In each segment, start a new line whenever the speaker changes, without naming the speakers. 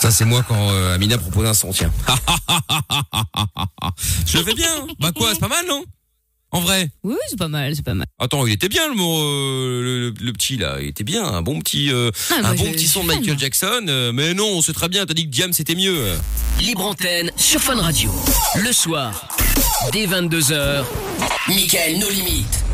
Ça c'est moi quand euh, Amina proposait un son, tiens. Je vais bien. Bah quoi, c'est pas mal, non En vrai.
Oui, oui, c'est pas mal, c'est pas mal.
Attends, il était bien le mot, euh, le, le- le petit là, il était bien, un bon petit, euh,
Ah,
un
moi,
bon
je-
petit
je
son de
suis fan,
Michael Jackson. euh, mais non, on sait très bien, t'as dit que Diam c'était mieux.
Libre antenne sur Fun Radio. Le soir, dès 22h, Michael nos limites.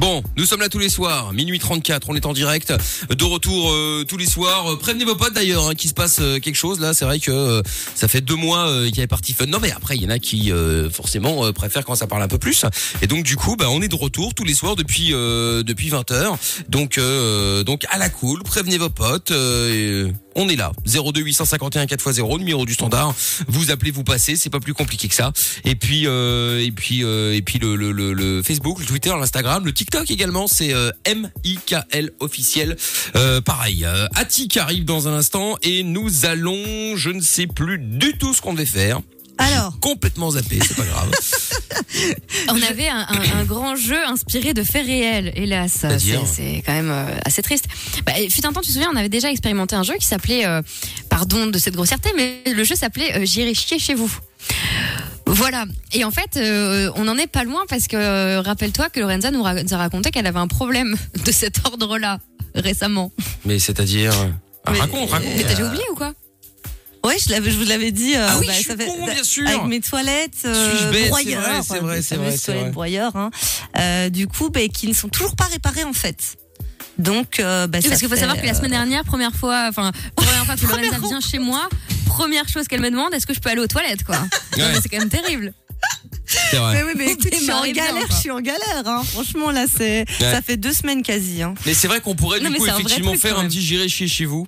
Bon, nous sommes là tous les soirs, minuit 34, on est en direct, de retour euh, tous les soirs. Euh, Prévenez vos potes d'ailleurs hein, qu'il se passe euh, quelque chose là. C'est vrai que euh, ça fait deux mois euh, qu'il y avait partie fun. Non mais après il y en a qui euh, forcément euh, préfèrent quand ça parle un peu plus. Et donc du coup, bah, on est de retour tous les soirs depuis euh, depuis 20 h Donc euh, donc à la cool, prévenez vos potes. euh, et, euh, on est là, 02 851 4x0, numéro du standard. Vous appelez, vous passez, c'est pas plus compliqué que ça. Et puis, euh, et puis, euh, et puis le, le, le, le Facebook, le Twitter, l'Instagram, le TikTok également, c'est euh, M-I-K-L officiel. Euh, pareil, euh, Attic arrive dans un instant et nous allons, je ne sais plus du tout ce qu'on devait faire.
Oh.
Alors,
Complètement zappé, c'est pas grave.
On avait un, un- un grand jeu inspiré de faits réels, hélas. C'est
C'est-à-dire
c'est quand même euh, assez triste. Bah, et fut un temps, tu te souviens, on avait déjà expérimenté un jeu qui s'appelait, euh, pardon de cette grossièreté, mais le jeu s'appelait euh, J'irai chier chez vous. Voilà. Et en fait, euh, on n'en est pas loin parce que euh, rappelle-toi que Lorenza nous, ra- nous a raconté qu'elle avait un problème de cet ordre-là récemment.
Mais c'est-à-dire. Ah,
Mais-
raconte, raconte.
Mais t'as déjà oublié ou quoi
ouais, je, l'avais- je vous l'avais dit. euh,
Ah oui,
bah,
je suis
ça fait-
con, bien sûr.
Avec mes toilettes
Suis-je bête,
euh,
c'est vrai,
broyeurs.
c'est vrai,
les
c'est vrai,
fameuses
c'est
toilettes
vrai.
broyeurs, hein. Euh, du coup, bah, qui ne sont toujours pas réparées en fait. Donc, euh, bah,
Oui, parce
ça
qu'il faut savoir
fait,
que la semaine dernière, première fois, enfin, première fois que Lorenza vient chez moi, première chose qu'elle me demande, est-ce que je peux aller aux toilettes, quoi Non, mais
Ouais.
C'est quand même terrible.
C'est vrai.
Mais oui, mais écoute, je suis en
Démarrer bien,
galère,
quoi.
je suis en galère. hein. Franchement, là, c'est
Ouais.
ça fait deux semaines quasi. hein.
Mais c'est vrai qu'on pourrait du
Non, mais
coup
c'est un vrai
effectivement
truc,
faire
quand
un
même.
petit j'irai chier chez vous.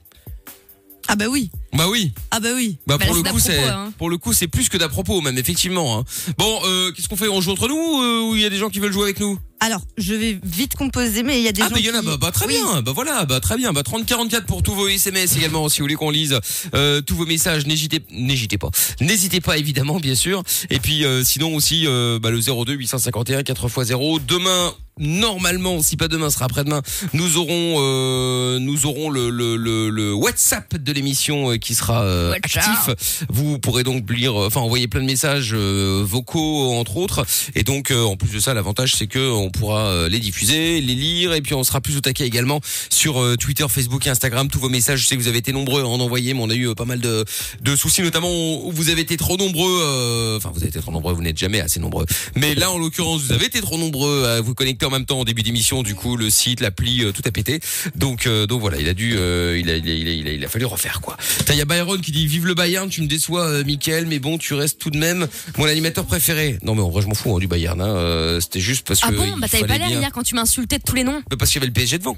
Ah bah oui,
Bah oui.
ah bah oui.
Bah,
Bah,
pour,
là,
le coup,
c'est d'à propos,
c'est,
hein.
pour le coup, c'est plus que d'à propos, même, effectivement. hein. Bon, euh, qu'est-ce qu'on fait On joue entre nous euh, ou il y a des gens qui veulent jouer avec nous
Alors, je vais vite composer, mais il y a des
Ah,
gens
bah, il y en a,
qui-
bah, bah, très
Oui.
bien, bah voilà, bah très bien. Bah 30-44 pour tous vos SMS également, si vous voulez qu'on lise euh, tous vos messages, n'hésitez, n'hésitez pas. N'hésitez pas, évidemment, bien sûr. Et puis, euh, sinon aussi, euh, bah, le 02-851, 4x0. Demain, normalement, si pas demain, ce sera après-demain, nous aurons, euh, nous aurons le, le, le, le WhatsApp de l'émission euh, qui sera euh,
WhatsApp.
actif. Vous pourrez donc lire, euh, enfin envoyer plein de messages euh, vocaux entre autres. Et donc euh, en plus de ça, l'avantage c'est que on pourra euh, les diffuser, les lire, et puis on sera plus au taquet également sur euh, Twitter, Facebook et Instagram. Tous vos messages, je sais que vous avez été nombreux à en envoyer, mais on a eu euh, pas mal de, de soucis, notamment où vous avez été trop nombreux. euh, Enfin, vous avez été trop nombreux, vous n'êtes jamais assez nombreux. Mais là, en l'occurrence, vous avez été trop nombreux à vous connecter en même temps au début d'émission. Du coup, le site, l'appli, euh, tout a pété. Donc, euh, donc voilà, il a dû, euh, il, a, il, a, il, a, il a- il a fallu refaire quoi. Putain, Il y a Byron qui dit vive le Bayern, tu me déçois, euh, Mickaël, mais bon, tu restes tout de même mon animateur préféré. Non mais en vrai, je m'en fous hein, du Bayern. Hein, euh, C'était juste parce
Ah
que
bon
il
Bah, t'avais pas
fallait
l'air
bien-
hier quand tu m'insultais de tous les noms.
Mais Parce qu'il y avait le PSG devant.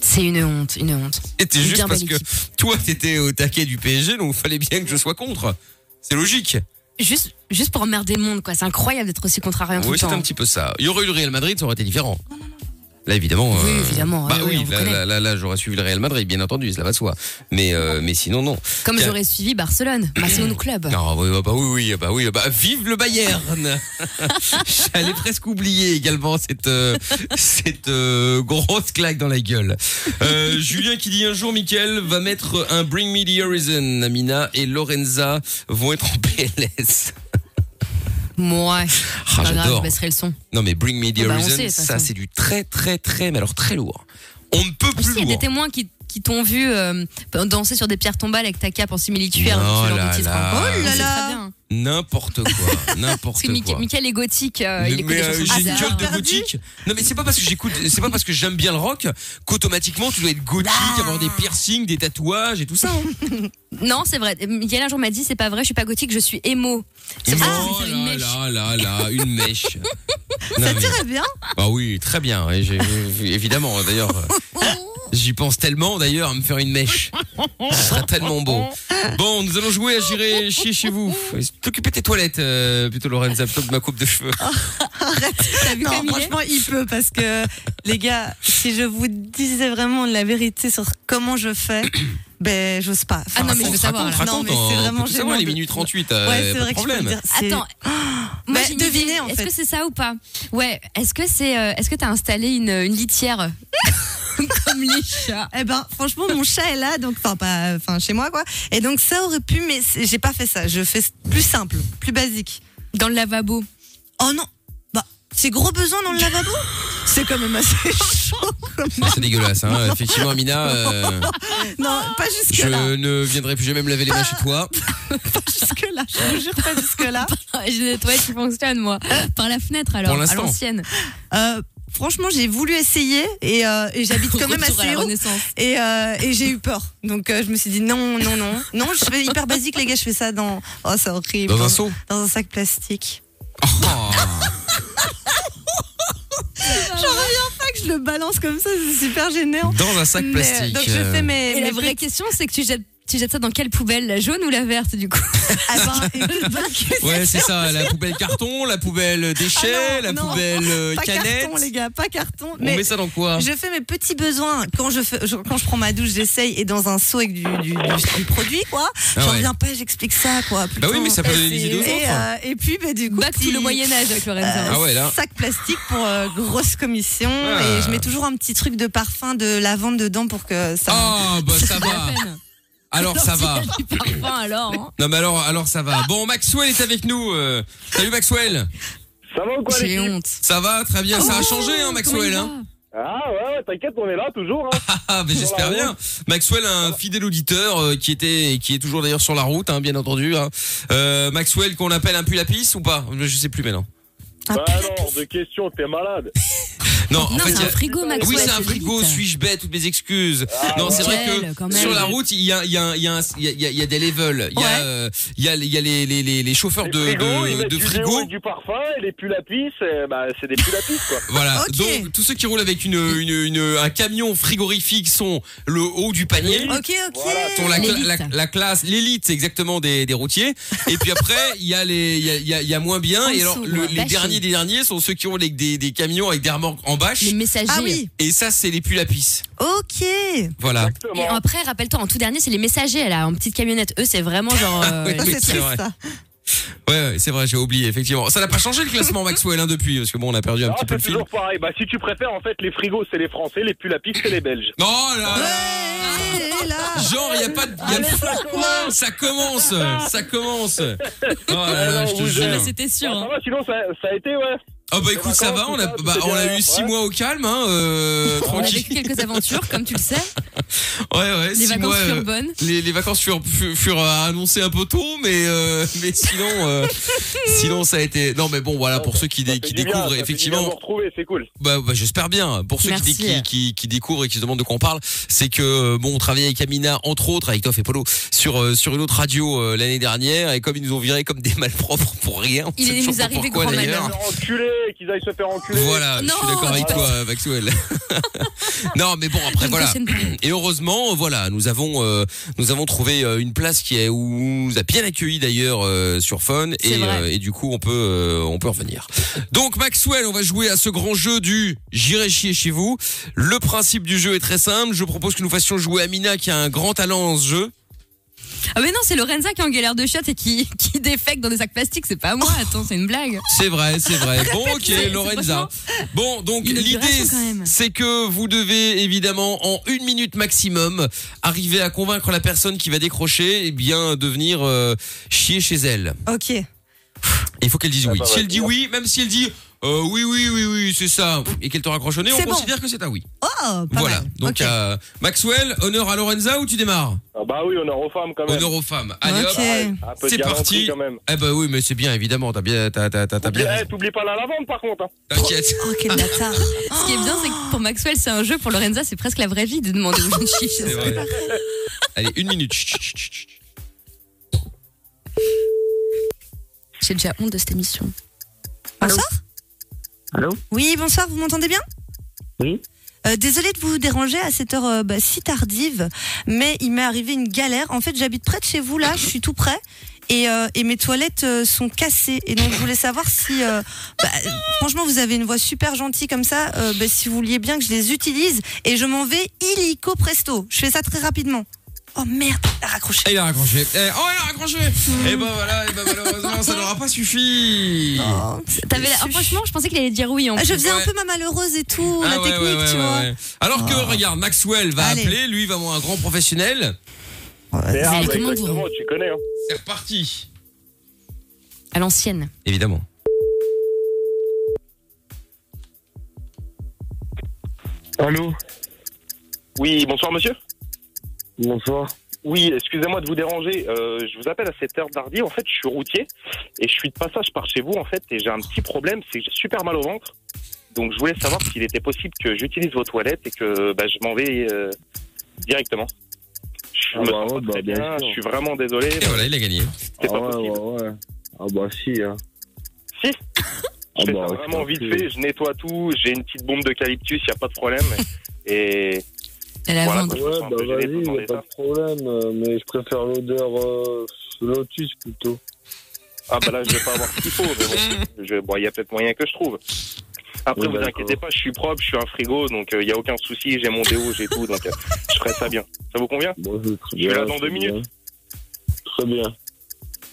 C'est une honte, une honte.
C'était
Une
juste
bien
parce
belle
que toi, t'étais au taquet du PSG, donc fallait bien que je sois contre. C'est logique.
Juste, juste pour emmerder le monde, quoi. C'est incroyable d'être aussi contrariant tout
Oui,
le
c'est
temps.
un petit peu ça. Il y aurait eu le Real Madrid, ça aurait été différent. Là, évidemment.
Oui, évidemment,
Bah
oui, oui,
oui,
on vous
là,
connaît.
là, là, là, j'aurais suivi le Real Madrid, bien entendu, cela va de soi. Mais, euh, mais sinon, non.
Comme j'aurais suivi Barcelone, Barcelone Club.
Non, oui, bah oui, oui, bah oui, bah vive le Bayern. J'allais presque oublier également cette euh, cette euh, grosse claque dans la gueule. Euh, Julien qui dit un jour, Michael va mettre un Bring Me the Horizon. Amina et Lorenza vont être en PLS.
Moi,
Ah, j'adore.
je baisserai le son.
Non mais Bring Me the
Ah bah, on
Horizon,
sait, de toute
ça
façon.
c'est du très très très, mais alors très lourd. On ne peut
Ah, si,
plus
il y a des
lourd.
témoins qui, qui t'ont vu euh, danser sur des pierres tombales avec ta cape en similituaire.
Oh
ce genre
là
de titre.
là.
hein.
Oh là
C'est
là.
très bien.
N'importe quoi, n'importe
Parce que Mick-
quoi.
Mickaël est gothique, euh,
Mais-
il écoute
mais,
des
euh, j'ai
chansons
une
bizarres.
gueule de
Ah, Perdu.
gothique. Non mais c'est pas parce que j'écoute, c'est pas parce que j'aime bien le rock qu'automatiquement tu dois être gothique, avoir
Ah.
des piercings, des tatouages et tout ça.
Non, c'est vrai. Miguel un jour m'a dit c'est pas vrai, je suis pas gothique, je suis émo. C'est pour ça que je
oh
vais faire une
là
mèche.
là là là, une mèche. Non, mais-
Très bien.
ah oui, très bien. et j'ai- évidemment, d'ailleurs,
Oh,
euh, j'y pense tellement d'ailleurs à me faire une mèche. Ce serait tellement beau. Bon, nous allons jouer à J'irai chier chez vous. T'occuper tes toilettes, euh, plutôt Lorenza, plutôt que de ma coupe de cheveux.
T'as vu
Non,
comme il est
franchement, il peut parce que les gars, si je vous disais vraiment la vérité sur comment je fais, ben j'ose pas. Enfin, euh,
Ah non, mais je
c'est-
veux savoir,
Raconte,
là.
raconte,
Non, mais
on
c'est
peut
vraiment
tout savoir, les
gênant euh, de-
minutes 38.
Ouais, c'est
euh, pas de
vrai que je peux
problème.
le dire. c'est-
Attends, moi
Bah,
j'ai une
devinez,
idée.
en
Est-ce
fait.
que c'est ça ou pas Ouais. Est-ce que c'est, euh, est-ce que t'as installé une, une litière comme les chats.
Eh ben, franchement, mon chat est là, donc, enfin, pas, enfin, chez moi, quoi. Et donc, ça aurait pu, mais c'est- j'ai pas fait ça. Je fais plus simple, plus basique.
Dans le lavabo.
Oh non! Bah, c'est gros besoin dans le lavabo? C'est quand même assez chaud, comme
C'est dégueulasse, hein. Effectivement, Amina, euh,
Non, pas
je
jusque-là.
ne viendrai plus jamais me laver les mains chez toi.
Pas jusque-là. Je vous jure, pas jusque-là.
Ah, J'ai des toilettes qui fonctionnent, moi. Par la fenêtre, alors,
Pour
à
l'instant.
l'ancienne.
Euh, franchement, j'ai voulu essayer et, euh, et j'habite quand même
Retour à
assez
la
haut.
Renaissance.
Et, euh, et j'ai eu peur. Donc euh, je me suis dit non, non, non. Non, je fais hyper basique, les gars. Je fais ça dans. Oh, c'est horrible.
Dans un seau
Dans un sac plastique.
Oh.
J'en reviens pas que je le balance comme ça, c'est super gênant.
Dans un sac
Mais, euh,
plastique. euh.
donc je fais mes.
Et
mes
la vraie question, c'est que tu jettes, tu jettes ça dans quelle poubelle La jaune ou la verte, du coup
Ah ben, écoute, bonne question.
Ouais, c'est ça, la poubelle carton, la poubelle déchets,
Ah non,
la
non.
poubelle euh,
Pas
canette.
carton, les gars, pas carton.
On met ça dans quoi
Je fais mes petits besoins. Quand je, fais- je- quand je prends ma douche, j'essaye et dans un seau avec du, du- du- du produit, quoi.
Ah
J'en
ouais.
reviens pas, j'explique ça, quoi.
Bah oui,
Putain.
mais ça peut donner des idées aux
Et,
autres.
euh, et puis, bah, du coup,
Back to le
petit- euh,
Moyen-Âge avec Lorenzo.
Ah ouais, là.
sac plastique pour euh, grosse commission.
Ah.
Et je mets toujours un petit truc de parfum de lavande dedans pour que ça.
Oh, bah ça
Pas la
va.
peine.
Alors ça
Si y a
va.
du parfum, alors. hein.
Non mais alors, alors ça va. Bon, Maxwell est avec nous. euh. Salut Maxwell.
Ça va ou quoi
J'ai
les filles
honte.
Ça va, très bien.
Oh,
Ça a changé, hein, Maxwell. Hein.
Ah ouais, ouais, t'inquiète, on est là toujours. Hein.
Ah, mais j'espère bien. Maxwell, un fidèle auditeur euh, qui était, qui est toujours d'ailleurs sur la route, hein, bien entendu. hein. Euh, Maxwell, qu'on appelle un pull à pisse ou pas Je sais plus maintenant.
Ah,
bah non, hors de question, t'es malade.
Non, en
Non,
fait, il
c'est
y
un
a-
frigo, Maxwell.
oui, c'est un frigo,
limite.
suis-je bête, toutes mes excuses.
Ah,
non, c'est vrai
Michael, quand
que
même.
sur la route, il y a, il y, a, un- il y, a un- il y a- il y a- il y a des levels. Il y
Ouais.
a, euh, il y a, il y a les, les, les, les chauffeurs
Les
de,
frigos, ils
de,
mettent
de
du
frigo.
déo et du parfum, et les pulls à pisse, eh, bah, c'est des pulls à pisse quoi.
Voilà.
Ok.
Donc, tous ceux qui roulent avec une, une, une- un camion frigorifique sont le haut du panier.
Ok, ok.
Voilà,
sont la,
L'élite.
la- la classe, l'élite exactement des, des routiers. Et puis après, il y a les, il y a, il y a- il y a moins bien.
En
et alors,
dessous,
le-
ouais,
les
bâché.
derniers des derniers sont ceux qui ont les- des, des camions avec des remorques en bâche.
Les messagers.
Ah oui,
Et ça, c'est les pulls à pisse.
ok.
Voilà.
Et
Exactement.
après, rappelle-toi, en tout dernier, c'est les messagers, là, en petite camionnette. Eux, c'est vraiment genre. euh,
Oui.
Ça,
c'est
c'est triste,
vrai.
ça.
Ouais, ouais, c'est vrai, j'ai oublié, effectivement. Ça n'a pas changé le classement Maxwell hein, depuis, parce que bon, on a perdu un
Non,
petit peu
c'est
le fil.
toujours pareil. Bah, si tu préfères, en fait, les frigos, c'est les Français, les pulls à pisse, c'est les Belges.
Non, là, là.
Ouais,
Ah
là.
Genre, il n'y a pas de. y a- Ça commence Ça commence Oh là là,
Alors,
je te
vous
jure.
êtes-
mais C'était sûr.
Ah, ça
hein.
va, sinon, ça, ça a été, ouais.
Ah bah écoute, ça va, on a, bah, on a eu six mois au calme, hein, euh,
On a vécu
tranquille.
quelques aventures, comme tu le sais.
Ouais, ouais,
Les
six
vacances
mois. euh,
furent bonnes.
les, les vacances furent, furent, furent, euh, annoncées un peu tôt, mais euh, mais sinon euh, sinon ça a été non mais bon voilà pour ceux qui, dé- qui découvrent
On
effectivement
retrouver, c'est cool.
bah, bah, j'espère bien pour ceux qui, dé- qui,
Merci.
qui qui découvrent et qui se demandent de quoi on parle c'est que euh, bon on travaillait avec Amina entre autres avec Toff et Polo sur euh, sur une autre radio euh, l'année dernière et comme ils nous ont virés comme des malpropres pour rien on
Il
sait
est
toujours
nous
pas
arrivé
pourquoi,
grand malheur.
d'ailleurs.
Faire enculer, qu'ils aillent se faire enculer.
Voilà, je suis
Non,
d'accord avec
dis
toi, Maxwell. non, mais bon, après
Ne
voilà.
déchaîne pas.
Et heureusement, voilà, nous avons euh, nous avons trouvé euh, une place qui est où on nous a bien accueillis d'ailleurs euh, sur Fun et,
C'est vrai.
euh, et du coup on peut euh, on peut revenir. Donc Maxwell, on va jouer à ce grand jeu du j'irai chier chez vous. Le principe du jeu est très simple. Je propose que nous fassions jouer Amina qui a un grand talent en ce jeu.
Ah, mais non, c'est Lorenza qui est en galère de chiottes et qui, qui défecte dans des sacs plastiques. C'est pas moi,
Oh.
attends, c'est une blague.
C'est vrai, c'est vrai. Bon, ok,
c'est
Lorenza.
franchement
Bon, donc
une
l'idée,
opération, quand même.
c'est que vous devez évidemment en une minute maximum arriver à convaincre la personne qui va décrocher, et bien de venir euh, chier chez elle.
Ok.
Il faut qu'elle dise oui.
bah
Si
ouais.
elle dit oui, même si elle dit euh, oui, oui, oui, oui, c'est ça, et qu'elle te raccroche au nez, on
C'est bon.
considère que c'est un oui.
Oh, pas
voilà.
mal.
Donc
Ok.
euh, Maxwell, honneur à Lorenza ou tu démarres
Ah, bah oui, on en reforme quand même.
Honneur aux femmes. Allez
Ok.
hop.
Ah, un peu de
C'est
galanterie,
parti.
quand même.
Eh ben oui, mais c'est bien évidemment. T'as bien, t'as, t'as, t'as, t'as bien.
Eh, T'oublies pas la lavande par contre. hein.
T'inquiète.
Oh, quel bâtard.
Ce qui est bien, c'est que pour Maxwell, c'est un jeu. Pour Lorenza, c'est presque la vraie vie de demander aux jeunes filles.
C'est vrai. Allez, une minute. Chut, chut, chut, chut.
J'ai déjà honte de cette émission.
Bonsoir.
Allô
Oui, bonsoir, vous m'entendez bien
Oui.
Euh, désolée de vous déranger à cette heure euh, bah, si tardive, mais il m'est arrivé une galère. En fait, j'habite près de chez vous, là, je suis tout près, et, euh, et mes toilettes euh, sont cassées. Et donc, je voulais savoir si, euh, bah, euh, franchement, vous avez une voix super gentille comme ça, euh, bah, si vous vouliez bien que je les utilise, et je m'en vais illico presto. Je fais ça très rapidement. Oh merde, elle a raccroché.
Et il a raccroché. Eh, oh, il a raccroché Et ben voilà, eh ben malheureusement, ça n'aura pas suffi
Oh.
T'avais la- franchement, je pensais qu'il allait dire oui en
Je
plus.
faisais
Ouais.
un peu ma malheureuse et tout,
Ah
la
ouais,
technique,
ouais, ouais,
tu
ouais,
vois.
ouais. Alors que, regarde, Maxwell va
Allez.
appeler, lui, il va voir un grand professionnel.
Ah,
allez,
bah,
comment vous-
exactement, tu connais. Hein.
C'est reparti
À l'ancienne.
Évidemment.
Allô
Oui, bonsoir monsieur.
Bonsoir.
Oui, excusez-moi de vous déranger. Euh, je vous appelle à cette heure tardive. En fait, je suis routier et je suis de passage par chez vous en fait et j'ai un petit problème, c'est que j'ai super mal au ventre. Donc je voulais savoir s'il était possible que j'utilise vos toilettes et que bah, je m'en vais euh, directement. Je
Ah
me
bah
sens
ouais,
pas
bah,
très
bien
bien,
sûr.
je suis vraiment désolé.
Et voilà, il a gagné.
C'est
ah
pas
ouais,
possible.
ouais, ouais. Ah bah si, hein.
Si.
Ah
Je fais
bah,
ça
c'est
vraiment vite
cool.
fait, je nettoie tout, j'ai une petite bombe d'eucalyptus, il n'y a pas de problème. Et
Elle a
Voilà,
vendu.
quoi.
Ouais,
un
bah
peu gêné de
vas-y, y
demander
a pas de problème, euh, mais je préfère l'odeur euh, lotus plutôt.
Ah bah là, je vais pas avoir ce qu'il faut, mais bon, je- bon, il y a peut-être moyen que je trouve. Après,
Oui,
vous
d'accord.
inquiétez pas, je suis propre, je suis un frigo, donc euh, il y a aucun souci, j'ai mon déo, j'ai tout, donc euh, je ferai ça bien. Ça vous convient
Bon, je très
Je suis
bien,
là dans deux
très bien. Très bien.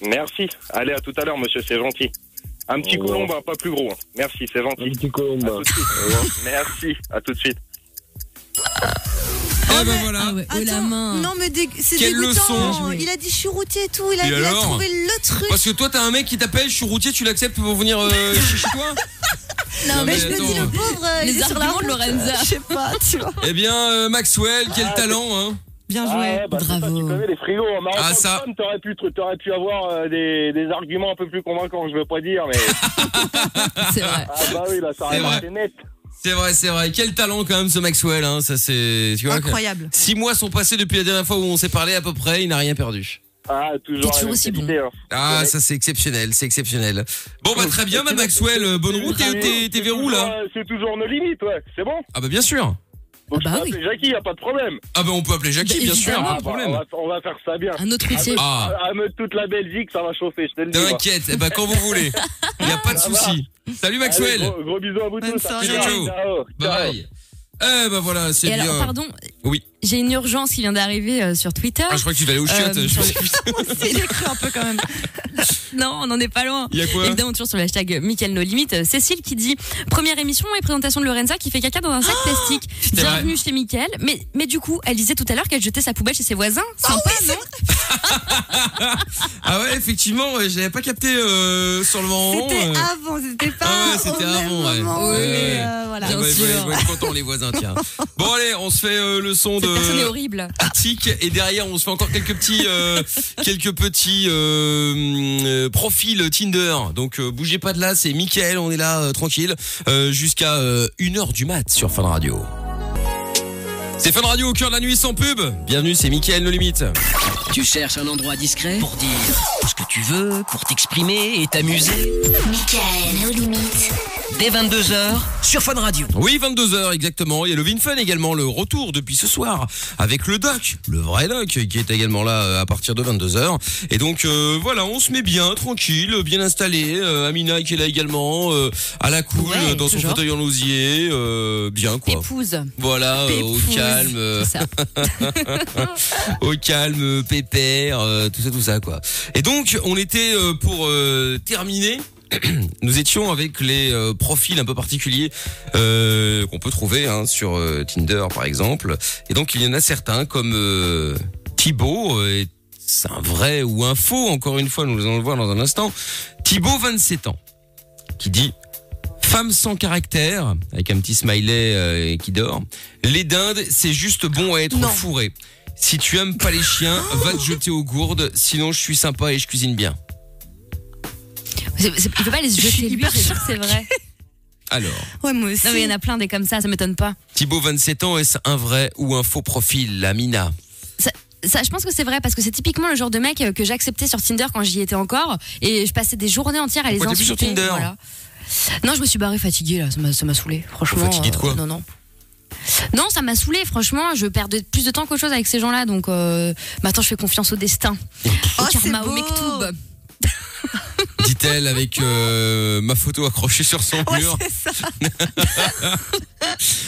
Merci. Allez, à tout à l'heure, monsieur, c'est gentil. Un petit
Au
colombe,
revoir.
hein, pas plus gros. hein. Merci, c'est
Un
gentil.
petit
À tout
colombin.
de suite. Merci, à tout de suite.
Et ben voilà
Ah ouais, haut
Attends,
la main.
non mais dé- c'est
Quelle
dégoûtant.
leçon.
Il a dit je suis routier et tout, il a,
Et
il a
alors
trouvé le truc.
Parce que toi, t'as un mec qui t'appelle, je suis routier, tu l'acceptes pour venir euh, chez chez toi
Non, mais, je me
attends.
dis le pauvre, euh, il
Les
est sur la
arguments
route.
de Lorenza.
Je sais pas, tu vois.
Eh bien, euh, Maxwell, quel
Ah,
talent, hein
Bien
ouais, bah, c'est ça,
Bravo.
tu connais les frigos en Maroc,
Ah,
en
ça.
Somme, t'aurais pu, t'aurais pu avoir euh, des, des arguments un peu plus convaincants, je veux pas dire, mais
C'est vrai.
ah bah oui, là, ça
C'est vrai.
aurait été net.
C'est vrai, c'est vrai. Quel talent quand même ce Maxwell, hein. Ça c'est, tu vois. que-
Incroyable.
Six mois sont passés depuis la dernière fois où on s'est parlé à peu près. Il n'a rien perdu.
Ah, toujours,
T'es toujours
la même
aussi bon.
qualité, hein.
Ah,
Ouais.
ça c'est exceptionnel, c'est exceptionnel. Bon bah très bien, Madame Maxwell. euh, Bonne route. T'es- T'es t'es vers où là
Euh, C'est toujours nos limites, ouais. C'est bon.
Ah bah bien sûr.
Donc
Ah bah
je peux appeler Jackie, y a pas de problème.
Ah bah on peut appeler Jackie,
Bah,
bien sûr,
évidemment.
pas
Ah
de
bah, on,
problème.
va, on va faire ça bien.
Un autre routier.
Ah,
À me toute la Belgique, ça va chauffer, je te le dis. moi.
t'inquiète. Eh bah quand vous voulez. Il y a pas de
Ça va.
souci. Salut
Allez,
Maxwell.
gros, gros bisous à vous
Bonne
tous. à
soirée.
plus tard.
Ciao, ciao.
Ciao.
Bye bye. Eh bah voilà, c'est
Et alors,
bien.
pardon,
Oui.
j'ai une urgence qui vient d'arriver euh, sur Twitter.
Ah, je crois que tu vas aller aux chiottes.
Euh,
je pensais-
Il est cru un peu quand même.
Non, on n'en est pas loin.
Il y a quoi
Évidemment, toujours sur le hashtag Mickaël No Limite. Euh, Cécile qui dit Première émission et présentation de Lorenza qui fait caca dans un sac plastique.
vrai.
Bienvenue chez Mickaël. Mais, mais du coup, elle disait tout à l'heure qu'elle jetait sa poubelle chez ses voisins. Sympa, non
Ah ouais, effectivement, ouais, j'avais pas capté euh, sur le moment.
C'était
euh.
avant, c'était pas
Ah ouais, c'était
au même
avant, ouais.
moment.
Ouais,
mais,
ouais.
euh, voilà.
Ah bah,
Bien sûr.
ils vont- ils vont être contents, les voisins, tiens. Bon, allez, on se fait euh, le son
Cette personne est
de
horrible.
Attic et derrière, on se fait encore quelques petits, euh, quelques petits euh, euh, profils Tinder. Donc, euh, bougez pas de là, c'est Mickaël, on est là, euh, tranquille, euh, jusqu'à 1h du mat sur Fun Radio. C'est Fun Radio au cœur de la nuit sans pub. Bienvenue, c'est Mickaël, nos limites.
Tu cherches un endroit discret pour dire ce que tu veux, pour t'exprimer et t'amuser.
Michael, nos limites.
Dès 22h sur Fun Radio.
Oui, 22h exactement. Il y a le VinFun également, le retour depuis ce soir avec le doc, le vrai doc, qui est également là euh, à partir de 22h. Et donc euh, voilà, on se met bien, tranquille, bien installé. Euh, Amina qui est là également, euh, à la cool,
Ouais,
euh, dans son
toujours.
fauteuil en osier, euh, bien quoi.
Épouse.
Voilà, euh, au
Pépouze.
calme, euh,
C'est ça.
au calme, euh, pépère, euh, tout ça, tout ça quoi. Et donc on était euh, pour euh, terminer. Nous étions avec les euh, profils un peu particuliers euh, qu'on peut trouver hein, sur euh, Tinder par exemple. Et donc il y en a certains comme euh, Thibaut. euh, et c'est un vrai ou un faux, encore une fois, nous allons le voir dans un instant. Thibaut, 27 ans, qui dit Femme sans caractère, avec un petit smiley euh, qui dort. Les dindes, c'est juste bon à être
Non.
fourré. Si tu aimes pas les chiens, va te jeter aux gourdes, sinon je suis sympa et je cuisine bien.
C'est- c'est- Il peut pas les
Je suis
jeter lui,
hyper
c'est sûr que c'est vrai.
Alors.
Ouais, moi aussi.
Non, mais il y en a plein des comme ça, ça m'étonne pas.
Thibaut, 27 ans, est-ce un vrai ou un faux profil, Amina
Ça, je pense que c'est vrai parce que c'est typiquement le genre de mec euh, que j'acceptais sur Tinder quand j'y étais encore et je passais des journées entières à les
Pourquoi t'es plus
insulter.
sur Tinder
voilà. Non, je me suis barrée fatiguée là, ça m'a- ça m'a saoulée, franchement. euh,
Fatiguée de quoi
Non, non. Non, ça m'a saoulée, franchement. Je perds de- plus de temps qu'autre chose avec ces gens-là, donc euh, maintenant je fais confiance au destin.
Oh,
au
c'est
karma, au
beau.
mektoub.
dit-elle avec euh, ma photo accrochée sur son mur.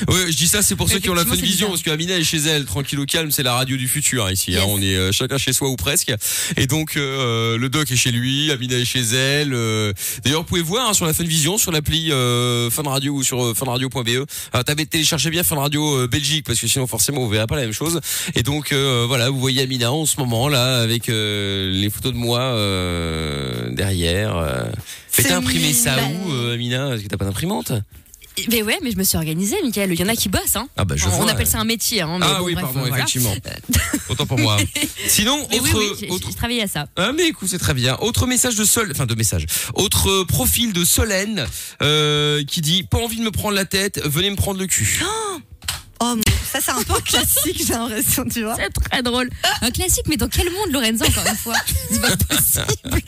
Ouais, je dis ça, c'est pour
Mais
ceux qui ont la fun
effectivement, c'est
vision,
bizarre.
parce que Amina est chez elle, tranquille ou calme, c'est la radio du futur hein, ici. hein. on est euh, chacun chez soi ou presque. Et donc euh, le doc est chez lui, Amina est chez elle. euh. D'ailleurs, vous pouvez voir hein, sur la fun vision, sur l'appli euh, Fun Radio ou sur euh, funradio.be. euh, T'avais téléchargé bien Fun Radio euh, Belgique, parce que sinon forcément vous verrez pas la même chose. Et donc euh, voilà, vous voyez Amina en ce moment là avec euh, les photos de moi euh, derrière. euh. Mais
C'est
t'as imprimé ça
mignon.
où, euh, Amina Est-ce que t'as pas d'imprimante
Mais ouais, mais je me suis organisée, Michael. Il y en a qui bossent. Hein.
Ah bah, je
on, on
vois.
appelle ça un métier. Hein, mais
Ah
bon,
oui,
bref,
pardon,
voilà. Euh,
effectivement. Autant pour moi. Sinon,
Mais oui,
autre,
oui, j'ai- j'ai- je travaillais à ça.
Ah mais écoute c'est très bien. Autre message de Sol, enfin de message. Autre euh, profil de Solène euh, qui dit pas envie de me prendre la tête, venez me prendre le cul.
Oh, mais ça c'est un peu un classique, j'ai l'impression, tu vois.
C'est très drôle. Un classique, mais dans quel monde, Lorenzo, encore une fois C'est pas possible.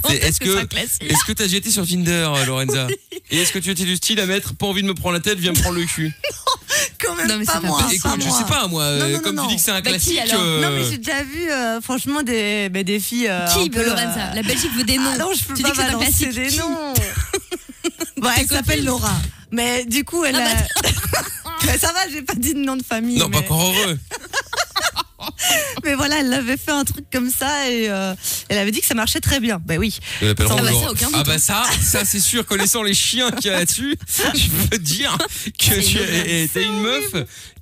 Quand
Et Est-ce
que
que
ça classe
est-ce que t'as jeté sur Tinder euh, Lorenza Et est-ce que tu étais du style à mettre pas envie de me prendre la tête, viens me prendre le cul
Quand même
Non, mais
pas
c'est Ah, pas
moi.
possible.
pas
Écoute, je
moi.
sais pas moi, euh,
Non, non, non,
comme
non.
tu dis que c'est un
Bah, qui,
classique.
alors
euh,
Non, mais j'ai déjà vu, euh, franchement, des, bah, des filles. euh, un
Qui,
peu, euh,
Lorenza La Belgique veut des noms.
ah non, je peux
tu
pas
dis que c'est un
balancer
classique.
des
Qui
noms. Bah, Bon,
Tes
elle s'appelle
copines.
Laura. Mais du coup, elle a. Bah, ça va, j'ai pas dit de nom de famille.
Non,
mais...
pas encore heureux.
Mais voilà, elle avait fait un truc comme ça et euh, elle avait dit que ça marchait très bien. Bah oui.
Ils l'appelleront
Ah bah ça,
Laurent.
aucun doute,
Euh, Ah bah
hein.
ça, ça c'est sûr, connaissant les chiens qu'il y a là-dessus, je peux te dire que
C'est
tu
horrible.
eh, eh, t'es une meuf,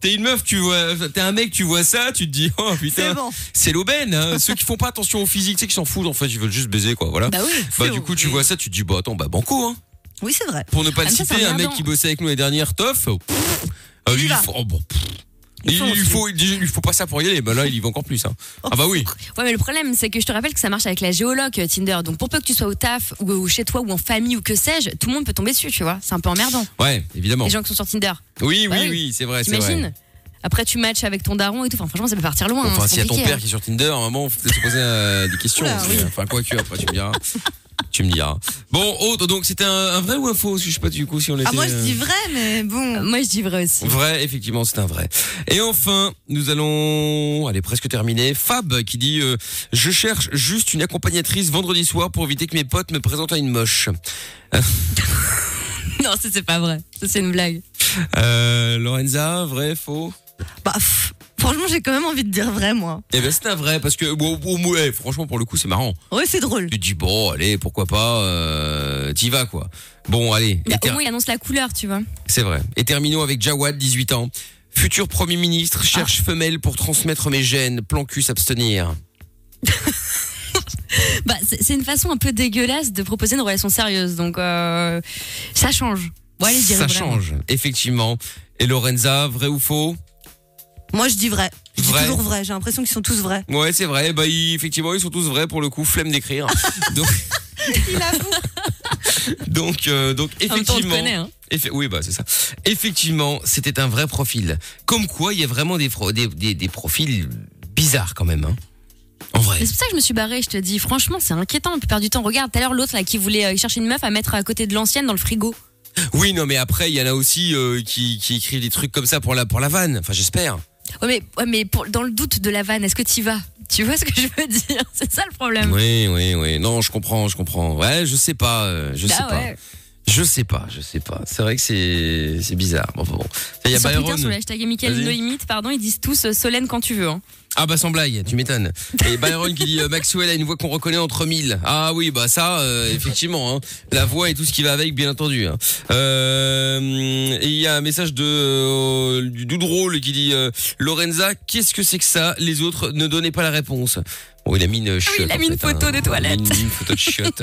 t'es une meuf, tu vois, t'es un mec, tu vois ça, tu te dis oh putain,
C'est bon.
c'est l'aubaine. hein. Ceux qui font pas attention au physique, tu sais qui s'en foutent en fait, ils veulent juste baiser quoi, voilà.
Bah oui.
Bah
c'est
du coup
horrible.
tu vois ça, tu te dis bah attends bah banco hein.
Oui, c'est vrai.
Pour ne pas le
Ah, mais ça,
citer,
c'est
un mec
emmerdant.
qui bossait avec nous les dernières Toff, pff, euh,
Il y
il
va.
faut, oh, bon, pff,
Il
il,
fonce,
il faut, il, dit, il faut pas ça pour y aller. Bah là il y va encore plus hein.
Oh,
Ah bah oui.
Ouais, mais le problème, c'est que je te rappelle que ça marche avec la géologue euh, Tinder. Donc, pour peu que tu sois au taf, ou, ou chez toi, ou en famille, ou que sais-je, tout le monde peut tomber dessus, tu vois. C'est un peu emmerdant.
Ouais, évidemment.
Les gens qui sont sur Tinder.
Oui,
Ouais,
oui, oui, c'est vrai, c'est vrai.
bah T'imagines Après, tu matches avec ton daron et tout. Enfin, franchement, ça peut partir loin. hein,
Hmm,
Enfin,
c'est
s'il y a ton
compliqué,
père
hein.
qui est sur Tinder, à un moment, faut peut-être se poser euh, des questions.
Oula,
parce que,
oui.
Enfin, quoi que, après, tu me diras. tu me diras. Bon, autre, donc, c'était un, un vrai ou un faux? Parce que Je sais pas du coup si on était.
Ah, moi je
euh, Ah
dis vrai, mais bon.
hein. Moi, je dis vrai aussi.
Vrai, effectivement, c'est un vrai. Et enfin, nous allons allez, presque terminer. Fab qui dit euh, Je cherche juste une accompagnatrice vendredi soir pour éviter que mes potes me présentent à une moche.
Non, ça, c'est pas vrai. Ça, c'est une blague.
Euh, Lorenza, vrai, faux
Bah, pff, franchement, j'ai quand même envie de dire vrai, moi.
Eh ben, c'est un vrai parce que, bon, bon, bon, eh, franchement, pour le coup, c'est marrant.
Ouais, c'est drôle.
Tu te dis Bon, allez, pourquoi pas, euh, t'y vas, quoi. Bon, allez.
Mais
et ter-
au moins, il annonce la couleur, tu vois.
C'est vrai. Et terminons avec Jawad, 18 ans. Futur Premier
Ah.
ministre, cherche femelle pour transmettre mes gènes, plan cul s'abstenir.
Bah, c'est c'est une façon un peu dégueulasse de proposer une relation sérieuse. Donc, euh, ça change. Bon, allez, je dirais
Ça
vrai.
change, effectivement. Et Lorenza, vrai ou faux
Moi je dis vrai. Je dis
Vrai.
toujours vrai, j'ai l'impression qu'ils sont tous vrais.
Ouais, c'est vrai. Bah, ils- effectivement, ils sont tous vrais pour le coup. Flemme d'écrire. donc,
Il avoue.
donc, euh, donc,
En même temps, on te
effectivement.
connaît, hein.
Effe- oui, bah c'est ça. Effectivement, c'était un vrai profil. Comme quoi, il y a vraiment des, fro- des, des- des profils bizarres quand même. hein. En vrai.
Mais C'est pour ça que je me suis barrée, je te dis. Franchement, c'est inquiétant la plupart du temps. Regarde, tout à l'heure, l'autre là qui voulait euh, chercher une meuf à mettre à côté de l'ancienne dans le frigo.
Oui, non, mais après, il y en a aussi euh, qui, qui écrivent des trucs comme ça pour la, pour la vanne. Enfin, j'espère.
Ouais, mais, ouais, mais pour- dans le doute de la vanne, est-ce que t'y vas Tu vois ce que je veux dire C'est ça le problème.
Oui, oui, oui. Non, je comprends, je comprends. Ouais, je sais pas, euh, je sais
Bah
pas.
ouais.
Je sais pas, je sais pas. C'est vrai que c'est c'est bizarre. Bon, enfin bon. Il y a
sur Twitter,
Byron.
sur le hashtag Michael
Vas-y.
No Limit, pardon, ils disent tous euh, Solène quand tu veux. hein.
Ah bah sans blague, tu m'étonnes. Et Byron qui dit euh, Maxwell a une voix qu'on reconnaît entre mille. Ah oui, bah ça, euh, effectivement. hein. La voix et tout ce qui va avec, bien entendu. hein. Euh, et il y a un message de euh, du du drôle qui dit euh, Lorenza, qu'est-ce que c'est que ça Les autres ne donnaient pas la réponse. Bon, il a mis une chiotte.
Ah il a
en
mis une
fait,
photo
hein. Il a
des
mis
toilettes.
Une, une photo de chiotte.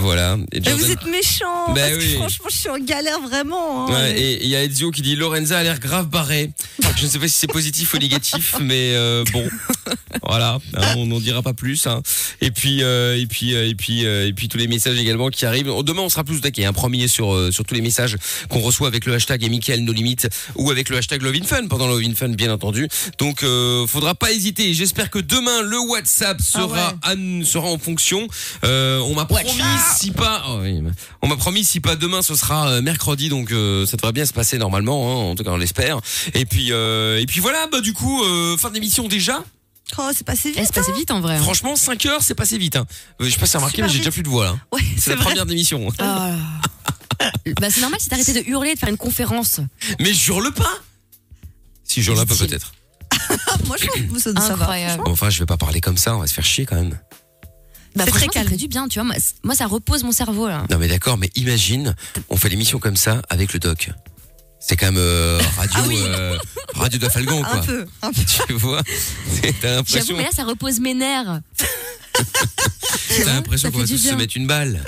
voilà. Et
Mais
Jordan-
vous êtes méchants.
Bah
parce
oui.
que franchement, je suis en galère vraiment. hein.
Ouais, et il y a Ezio qui dit Lorenza a l'air grave barré. Je ne sais pas si c'est positif ou négatif, mais euh, bon, voilà, hein, on n'en dira pas plus. hein. Et puis, euh, et puis, euh, et puis, euh, et puis tous les messages également qui arrivent. Demain, on sera plus au taquet, hein, promis sur euh, sur tous les messages qu'on reçoit avec le hashtag et Michael No Limites ou avec le hashtag Love in Fun pendant Love in Fun, bien entendu. Donc, euh, faudra pas hésiter. J'espère que demain le WhatsApp sera à- sera en fonction. Euh, on m'a promis si pas, oh oui, on m'a promis si pas demain, ce sera euh, mercredi, donc euh, ça devrait bien se passer normalement, hein, en tout cas on l'espère. Et puis euh, et puis voilà, bah du coup euh, fin de l'émission déjà.
Oh, c'est passé vite.
Eh, C'est passé vite en vrai. hein.
Franchement, 5 heures, c'est passé vite. Hein. Euh, Je sais pas si t'as remarqué, mais j'ai déjà plus de voix là. c'est
Ouais,
Ah.
c'est
la
vrai.
première d'émission.
Ah.
Bah, c'est normal si t'arrêtais de hurler, de faire une conférence.
Mais jure-le pas Si jure le pas peut-être.
Ah, Moi, je trouve ça, ça va.
Incroyable.
Ah Bon, enfin, je vais pas parler comme ça, on va se faire chier quand même.
Bah, franchement, ça ferait du bien, tu vois. Moi, c- Moi, ça repose mon cerveau, là.
Non mais d'accord, mais imagine, on fait l'émission comme ça avec le doc. C'est quand même euh, radio, euh, radio de Falgan quoi.
Un peu, un peu.
Tu vois, C'est- t'as
J'avoue,
l'impression,
mais là, ça repose mes nerves.
t'as l'impression
hein. ça
qu'on
fait
va
du
tous se
bien.
mettre une balle.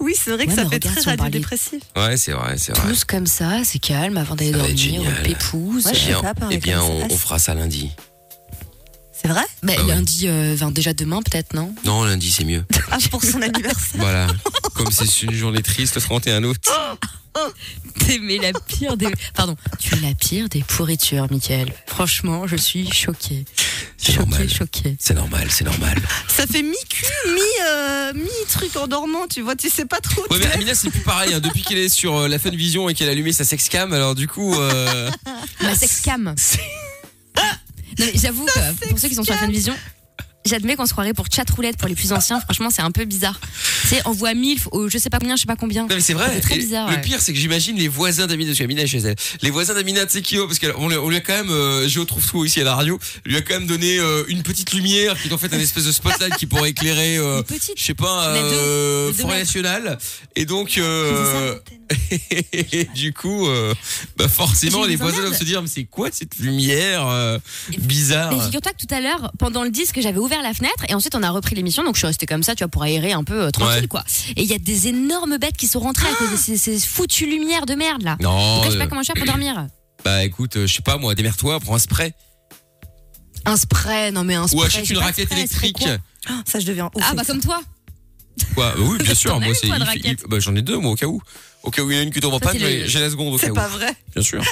Oui, c'est vrai que
Ouais,
ça
mais
fait
regarde,
très
si on parlait-
radio-dépressif.
Ouais, c'est vrai, c'est vrai.
Tous comme ça, c'est calme avant d'aller
Ça va être
dormir,
génial.
on pépouse.
Eh bien, eh bien, on, on fera ça lundi.
C'est vrai
Bah,
Ah
lundi, euh, enfin, déjà demain, peut-être, non
Non, lundi c'est mieux.
Ah, pour son anniversaire.
Voilà. Comme c'est une journée triste le 31 août.
T'es mais la pire des. Pardon, tu es la pire des pourritures, Michael. Franchement, je suis choquée.
C'est normal.
choquée.
C'est normal, c'est normal.
Ça fait mi-cul, mi, euh, mi-truc en dormant, tu vois, tu sais pas trop.
Ouais, mais Amina, c'est plus pareil. hein. Depuis qu'elle est sur euh, la Fun Vision et qu'elle a allumé sa sexcam, alors du coup. euh,
Ma sexcam. Non, mais j'avoue, que, pour ceux qui sont sur la fin de vision, j'admets qu'on se croirait pour chat roulette pour les plus anciens. Franchement, c'est un peu bizarre. Tu sais, on voit MILF au je sais pas combien, je sais pas combien.
Non mais c'est vrai.
C'est très
Et
bizarre.
Le
ouais.
pire c'est que j'imagine les voisins d'Amina, parce qu'Amina est chez elle. Les voisins d'Amina Tsekio, parce qu'on lui, on lui a quand même, euh, Géo trouve tout ici à la radio, lui a quand même donné euh, une petite lumière qui est en fait un espèce de spotlight qui pourrait éclairer, euh, je sais pas,
Mais deux.
euh,
Mais deux
forêt
mètres.
nationale. Et donc, euh, et du coup, euh, bah forcément
Je
les
vous
voisins
emmerde.
doivent se dire mais c'est quoi cette lumière euh,
Mais
bizarre.
figure-toi que tout à l'heure, pendant le disque, j'avais ouvert la fenêtre et ensuite on a repris l'émission, donc je suis restée comme ça, tu vois, pour aérer un peu euh, tranquille,
Ouais. Ah
quoi. Et il y a des énormes bêtes qui sont rentrées à cause de ces, ces foutues lumières de merde là.
Non,
Donc là, je sais pas
euh,
comment je fais pour dormir.
Bah écoute, euh, je sais pas moi, démerde-toi, prends un spray.
Un spray, non mais un spray.
Ou achète
j'ai
une
pas de
raquette
spray, spray
électrique.
quoi.
Ça, je deviens
Ah bah comme toi.
Quoi Bah Oui, bien sûr.
T'en as
Moi,
une,
c'est.
toi, de
il- il-
raquette
bah, J'en ai deux, moi, au cas où. Au cas où il y en a une qui tombe en
Toi,
panne,
t'es le-
mais j'ai la seconde au cas où.
vrai.
Bien sûr.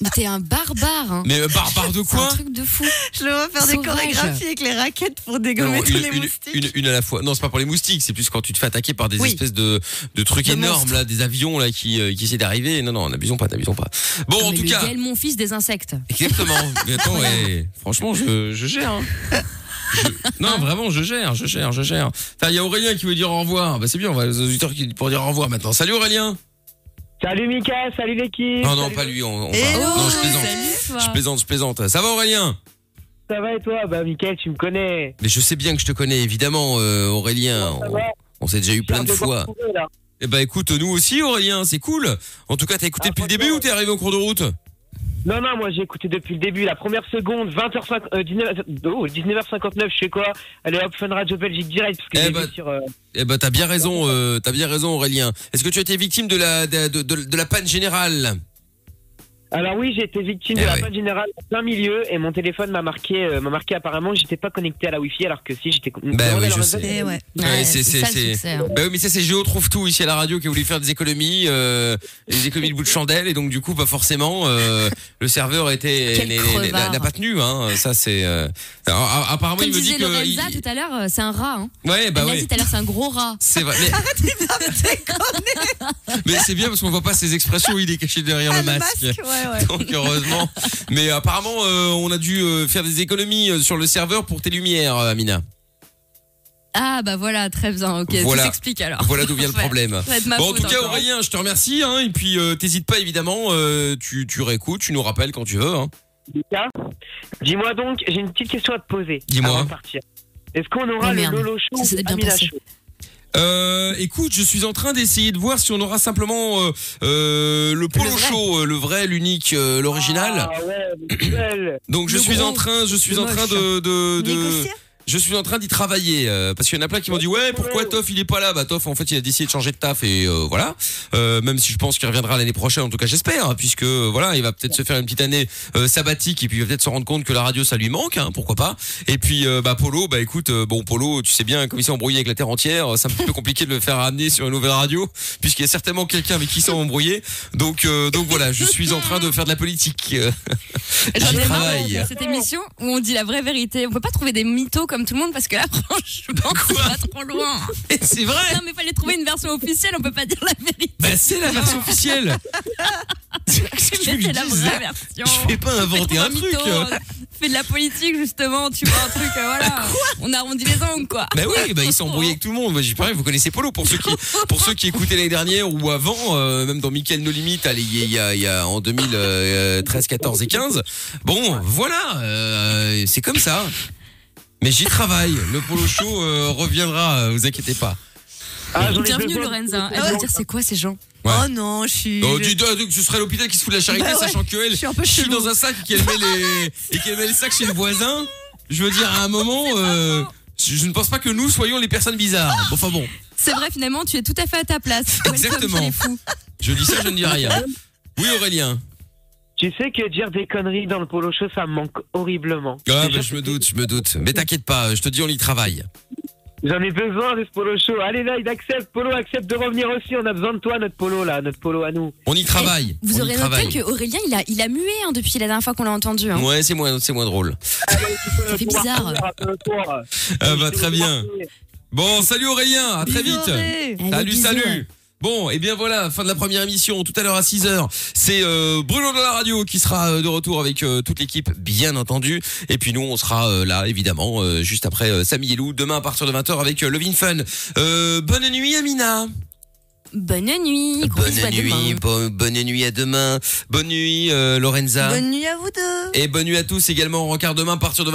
Mais t'es un barbare. Hein.
Mais euh, barbare de
C'est un
quoi
truc de fou.
Je le vois faire des
Sauvage.
chorégraphies avec les raquettes pour dégommer
Alors,
tous
une,
les
une-
moustiques.
une- une à la fois. Non, c'est pas pour les moustiques, c'est plus quand tu te fais attaquer par des
Oui.
espèces de, de trucs
De
énormes,
monstres.
là, des avions là qui, euh, qui essaient d'arriver. Non, non, n'abusons pas, n'abusons pas. Bon,
Non,
en
mais
tout
le
cas.
Gaël, mon fils des insectes.
Exactement. Mais attends, ouais, franchement, je, je gère. hein. Je- non, vraiment, je gère, je gère, je gère. Enfin, il y a Aurélien qui veut dire au revoir. Bah, c'est bien, on va aux auditeurs qui, pour dire au revoir maintenant. Salut Aurélien
Salut Mika, salut l'équipe.
Non, non, pas lui, on, on va.
Hello,
non, je plaisante.
salut, toi.
je plaisante, je plaisante. Ça va Aurélien
Ça va et toi Bah Mickaël, tu me connais.
Mais je sais bien que je te connais, évidemment, euh, Aurélien.
Ça
On,
va
on s'est déjà eu plein
un
de
peu
fois.
parcouru, là.
Eh ben, écoute, nous aussi, Aurélien, c'est cool. En tout cas, t'as écouté depuis le début ou t'es arrivé en cours de route
Non, non, moi j'ai écouté depuis le début, la première seconde, 20h50, euh, 19, oh, 19h59, je sais quoi. Allez hop, Fun Radio Belgique direct, parce que j'ai vu sur... euh,
Eh ben, t'as bien raison, euh, t'as bien raison, Aurélien. Est-ce que tu as été victime de la de, de- de- de la panne générale
Alors oui, j'ai été
Eh
victime de la panne générale en plein milieu, et mon téléphone m'a marqué, euh, m'a marqué apparemment, j'étais pas connecté à la Wi-Fi, alors que si, j'étais... con-
Ben
Demandez
oui,
à leur
je
réseau.
sais. Ouais, c'est- c'est- c'est-
hein.
Ben oui, mais ça c'est Géo trouve tout ici à la radio qui a voulu faire des économies, euh, des économies de bout de chandelle et donc du coup pas forcément euh, le serveur était
Quel
n'est- n'est- n'a
crevard.
n'a pas tenu. Hein. Ça c'est euh, alors, a- apparemment
Comme
il me dit
disait
que
Lorenza
il-
tout à l'heure, euh, c'est un rat. Hein.
ouais bah
Elle l'a
ouais
dit tout à l'heure, c'est un gros rat.
c'est vrai. Mais- Mais c'est bien parce qu'on voit pas ses expressions, il est caché derrière
Ah,
le masque. Donc heureusement. Mais apparemment, euh, on a dû euh, faire des économies euh, sur le serveur pour tes lumières, euh, Amina.
Ah bah voilà, très bien, ok,
Voilà.
tout s'explique alors.
Voilà d'où vient le
Ah, Ouais.
problème.
Ça va être ma
Bon, en
faute
tout cas,
encore.
Aurélien, je te remercie. Hein, et puis, euh, t'hésites pas évidemment. euh, tu, tu réécoutes, tu nous rappelles quand tu veux. Hein.
Mika, dis-moi donc, j'ai une petite question à te poser.
Dis-moi.
Avant de partir. Est-ce qu'on aura
Oh,
le
merde.
Lolo Show
Ça s'était bien
ou Amina
passé.
Show
Euh, écoute, je suis en train d'essayer de voir si on aura simplement euh, euh, le polo show, euh, le vrai, l'unique, euh, l'original.
Ah ouais, nickel.
Donc je
Le
suis
gros,
en train, je suis
le
en train
moche.
de, de, de-
Négocier
je suis en train d'y travailler euh, parce qu'il y en a plein qui m'ont dit ouais pourquoi Toff il est pas là bah Toff en fait il a décidé de changer de taf et euh, voilà Euh, même si je pense qu'il reviendra l'année prochaine en tout cas j'espère hein, puisque euh, voilà il va peut-être se faire une petite année euh, sabbatique et puis il va peut-être se rendre compte que la radio ça lui manque hein, pourquoi pas et puis euh, bah Polo bah écoute euh, bon Polo tu sais bien comme il s'est embrouillé avec la terre entière euh, c'est un petit peu compliqué de le faire amener sur une nouvelle radio puisqu'il y a certainement quelqu'un avec qui il s'est embrouillé donc euh, donc voilà je suis en train de faire de la politique Euh,
J'en
j'y
ai marre
travaille
de cette émission où on dit la vraie vérité. On peut pas trouver des mythos comme tout le monde parce que là, franchement, ça va trop loin.
C'est vrai.
Non, mais fallait trouver une version officielle. On peut pas dire la vérité.
Bah, c'est la version officielle. Qu'est-ce que tu veux que
Mais
je
c'est la
dise
vraie version.
Je vais pas inventer
Trouve
un truc.
mytho, euh, fait de la politique justement, tu vois un truc, euh, voilà. On arrondit les angles quoi.
Bah oui, bah, ils sont embrouillés avec tout le monde. Moi, J'ai pas vous connaissez Polo pour ceux qui pour ceux qui écoutaient l'année dernière ou avant, euh, même dans Michael No Limit, allez, il y a- il y, a- il y a en 2013, 14 et 15. Bon, voilà, euh, c'est comme ça. Mais j'y travaille. Le Polo Show euh, reviendra, euh, vous inquiétez pas.
Ah,
Bienvenue Lorenza. Elle va dire c'est quoi ces gens
Ouais.
Oh non, je suis.
Oh, dis donc, ce serait l'hôpital qui se fout de la charité,
Bah ouais,
sachant que elle chie dans un sac et qu'elle met les, et qu'elle met les sacs chez le voisin. Je veux dire, à un moment, euh, je, je ne pense pas que nous soyons les personnes bizarres. Bon, enfin bon,
C'est vrai finalement, tu es tout à fait à ta place.
Exactement. je dis ça, je ne dis rien. Oui, Aurélien.
Tu sais que dire des conneries dans le polo show, ça me manque horriblement.
Ah, bah, je me doute, je me doute. Mais t'inquiète pas, je te dis, on y travaille.
J'en ai besoin de ce polo show. Allez là, il accepte. Polo accepte de revenir aussi. On a besoin de toi, notre polo là, notre polo à nous.
On y travaille.
Eh, Vous
on
aurez
y
noté
travaille.
que Aurélien, il a, il a mué hein, depuis la dernière fois qu'on l'a entendu. hein.
Ouais, c'est moins, c'est moins drôle.
Euh,
Ça fait bizarre.
Ah, bah, très bien. Bon, salut Aurélien, à très
Bisous,
vite.
Auré. Allez,
Salut,
bisous,
salut.
ouais.
Bon, et bien voilà, fin de la première émission, tout à l'heure à 6h. C'est euh, Bruno de la radio qui sera euh, de retour avec euh, toute l'équipe, bien entendu. Et puis nous, on sera euh, là, évidemment, euh, juste après euh, Samy et Lou, demain à partir de 20h avec euh, Lovin Fun. Euh, bonne nuit Amina
Bonne nuit. gros
Bonne
bisous à
nuit,
demain.
bo- bonne nuit à demain. Bonne nuit euh, Lorenza.
Bonne nuit à vous deux.
Et bonne nuit à tous également, on rencard demain à partir de 20h.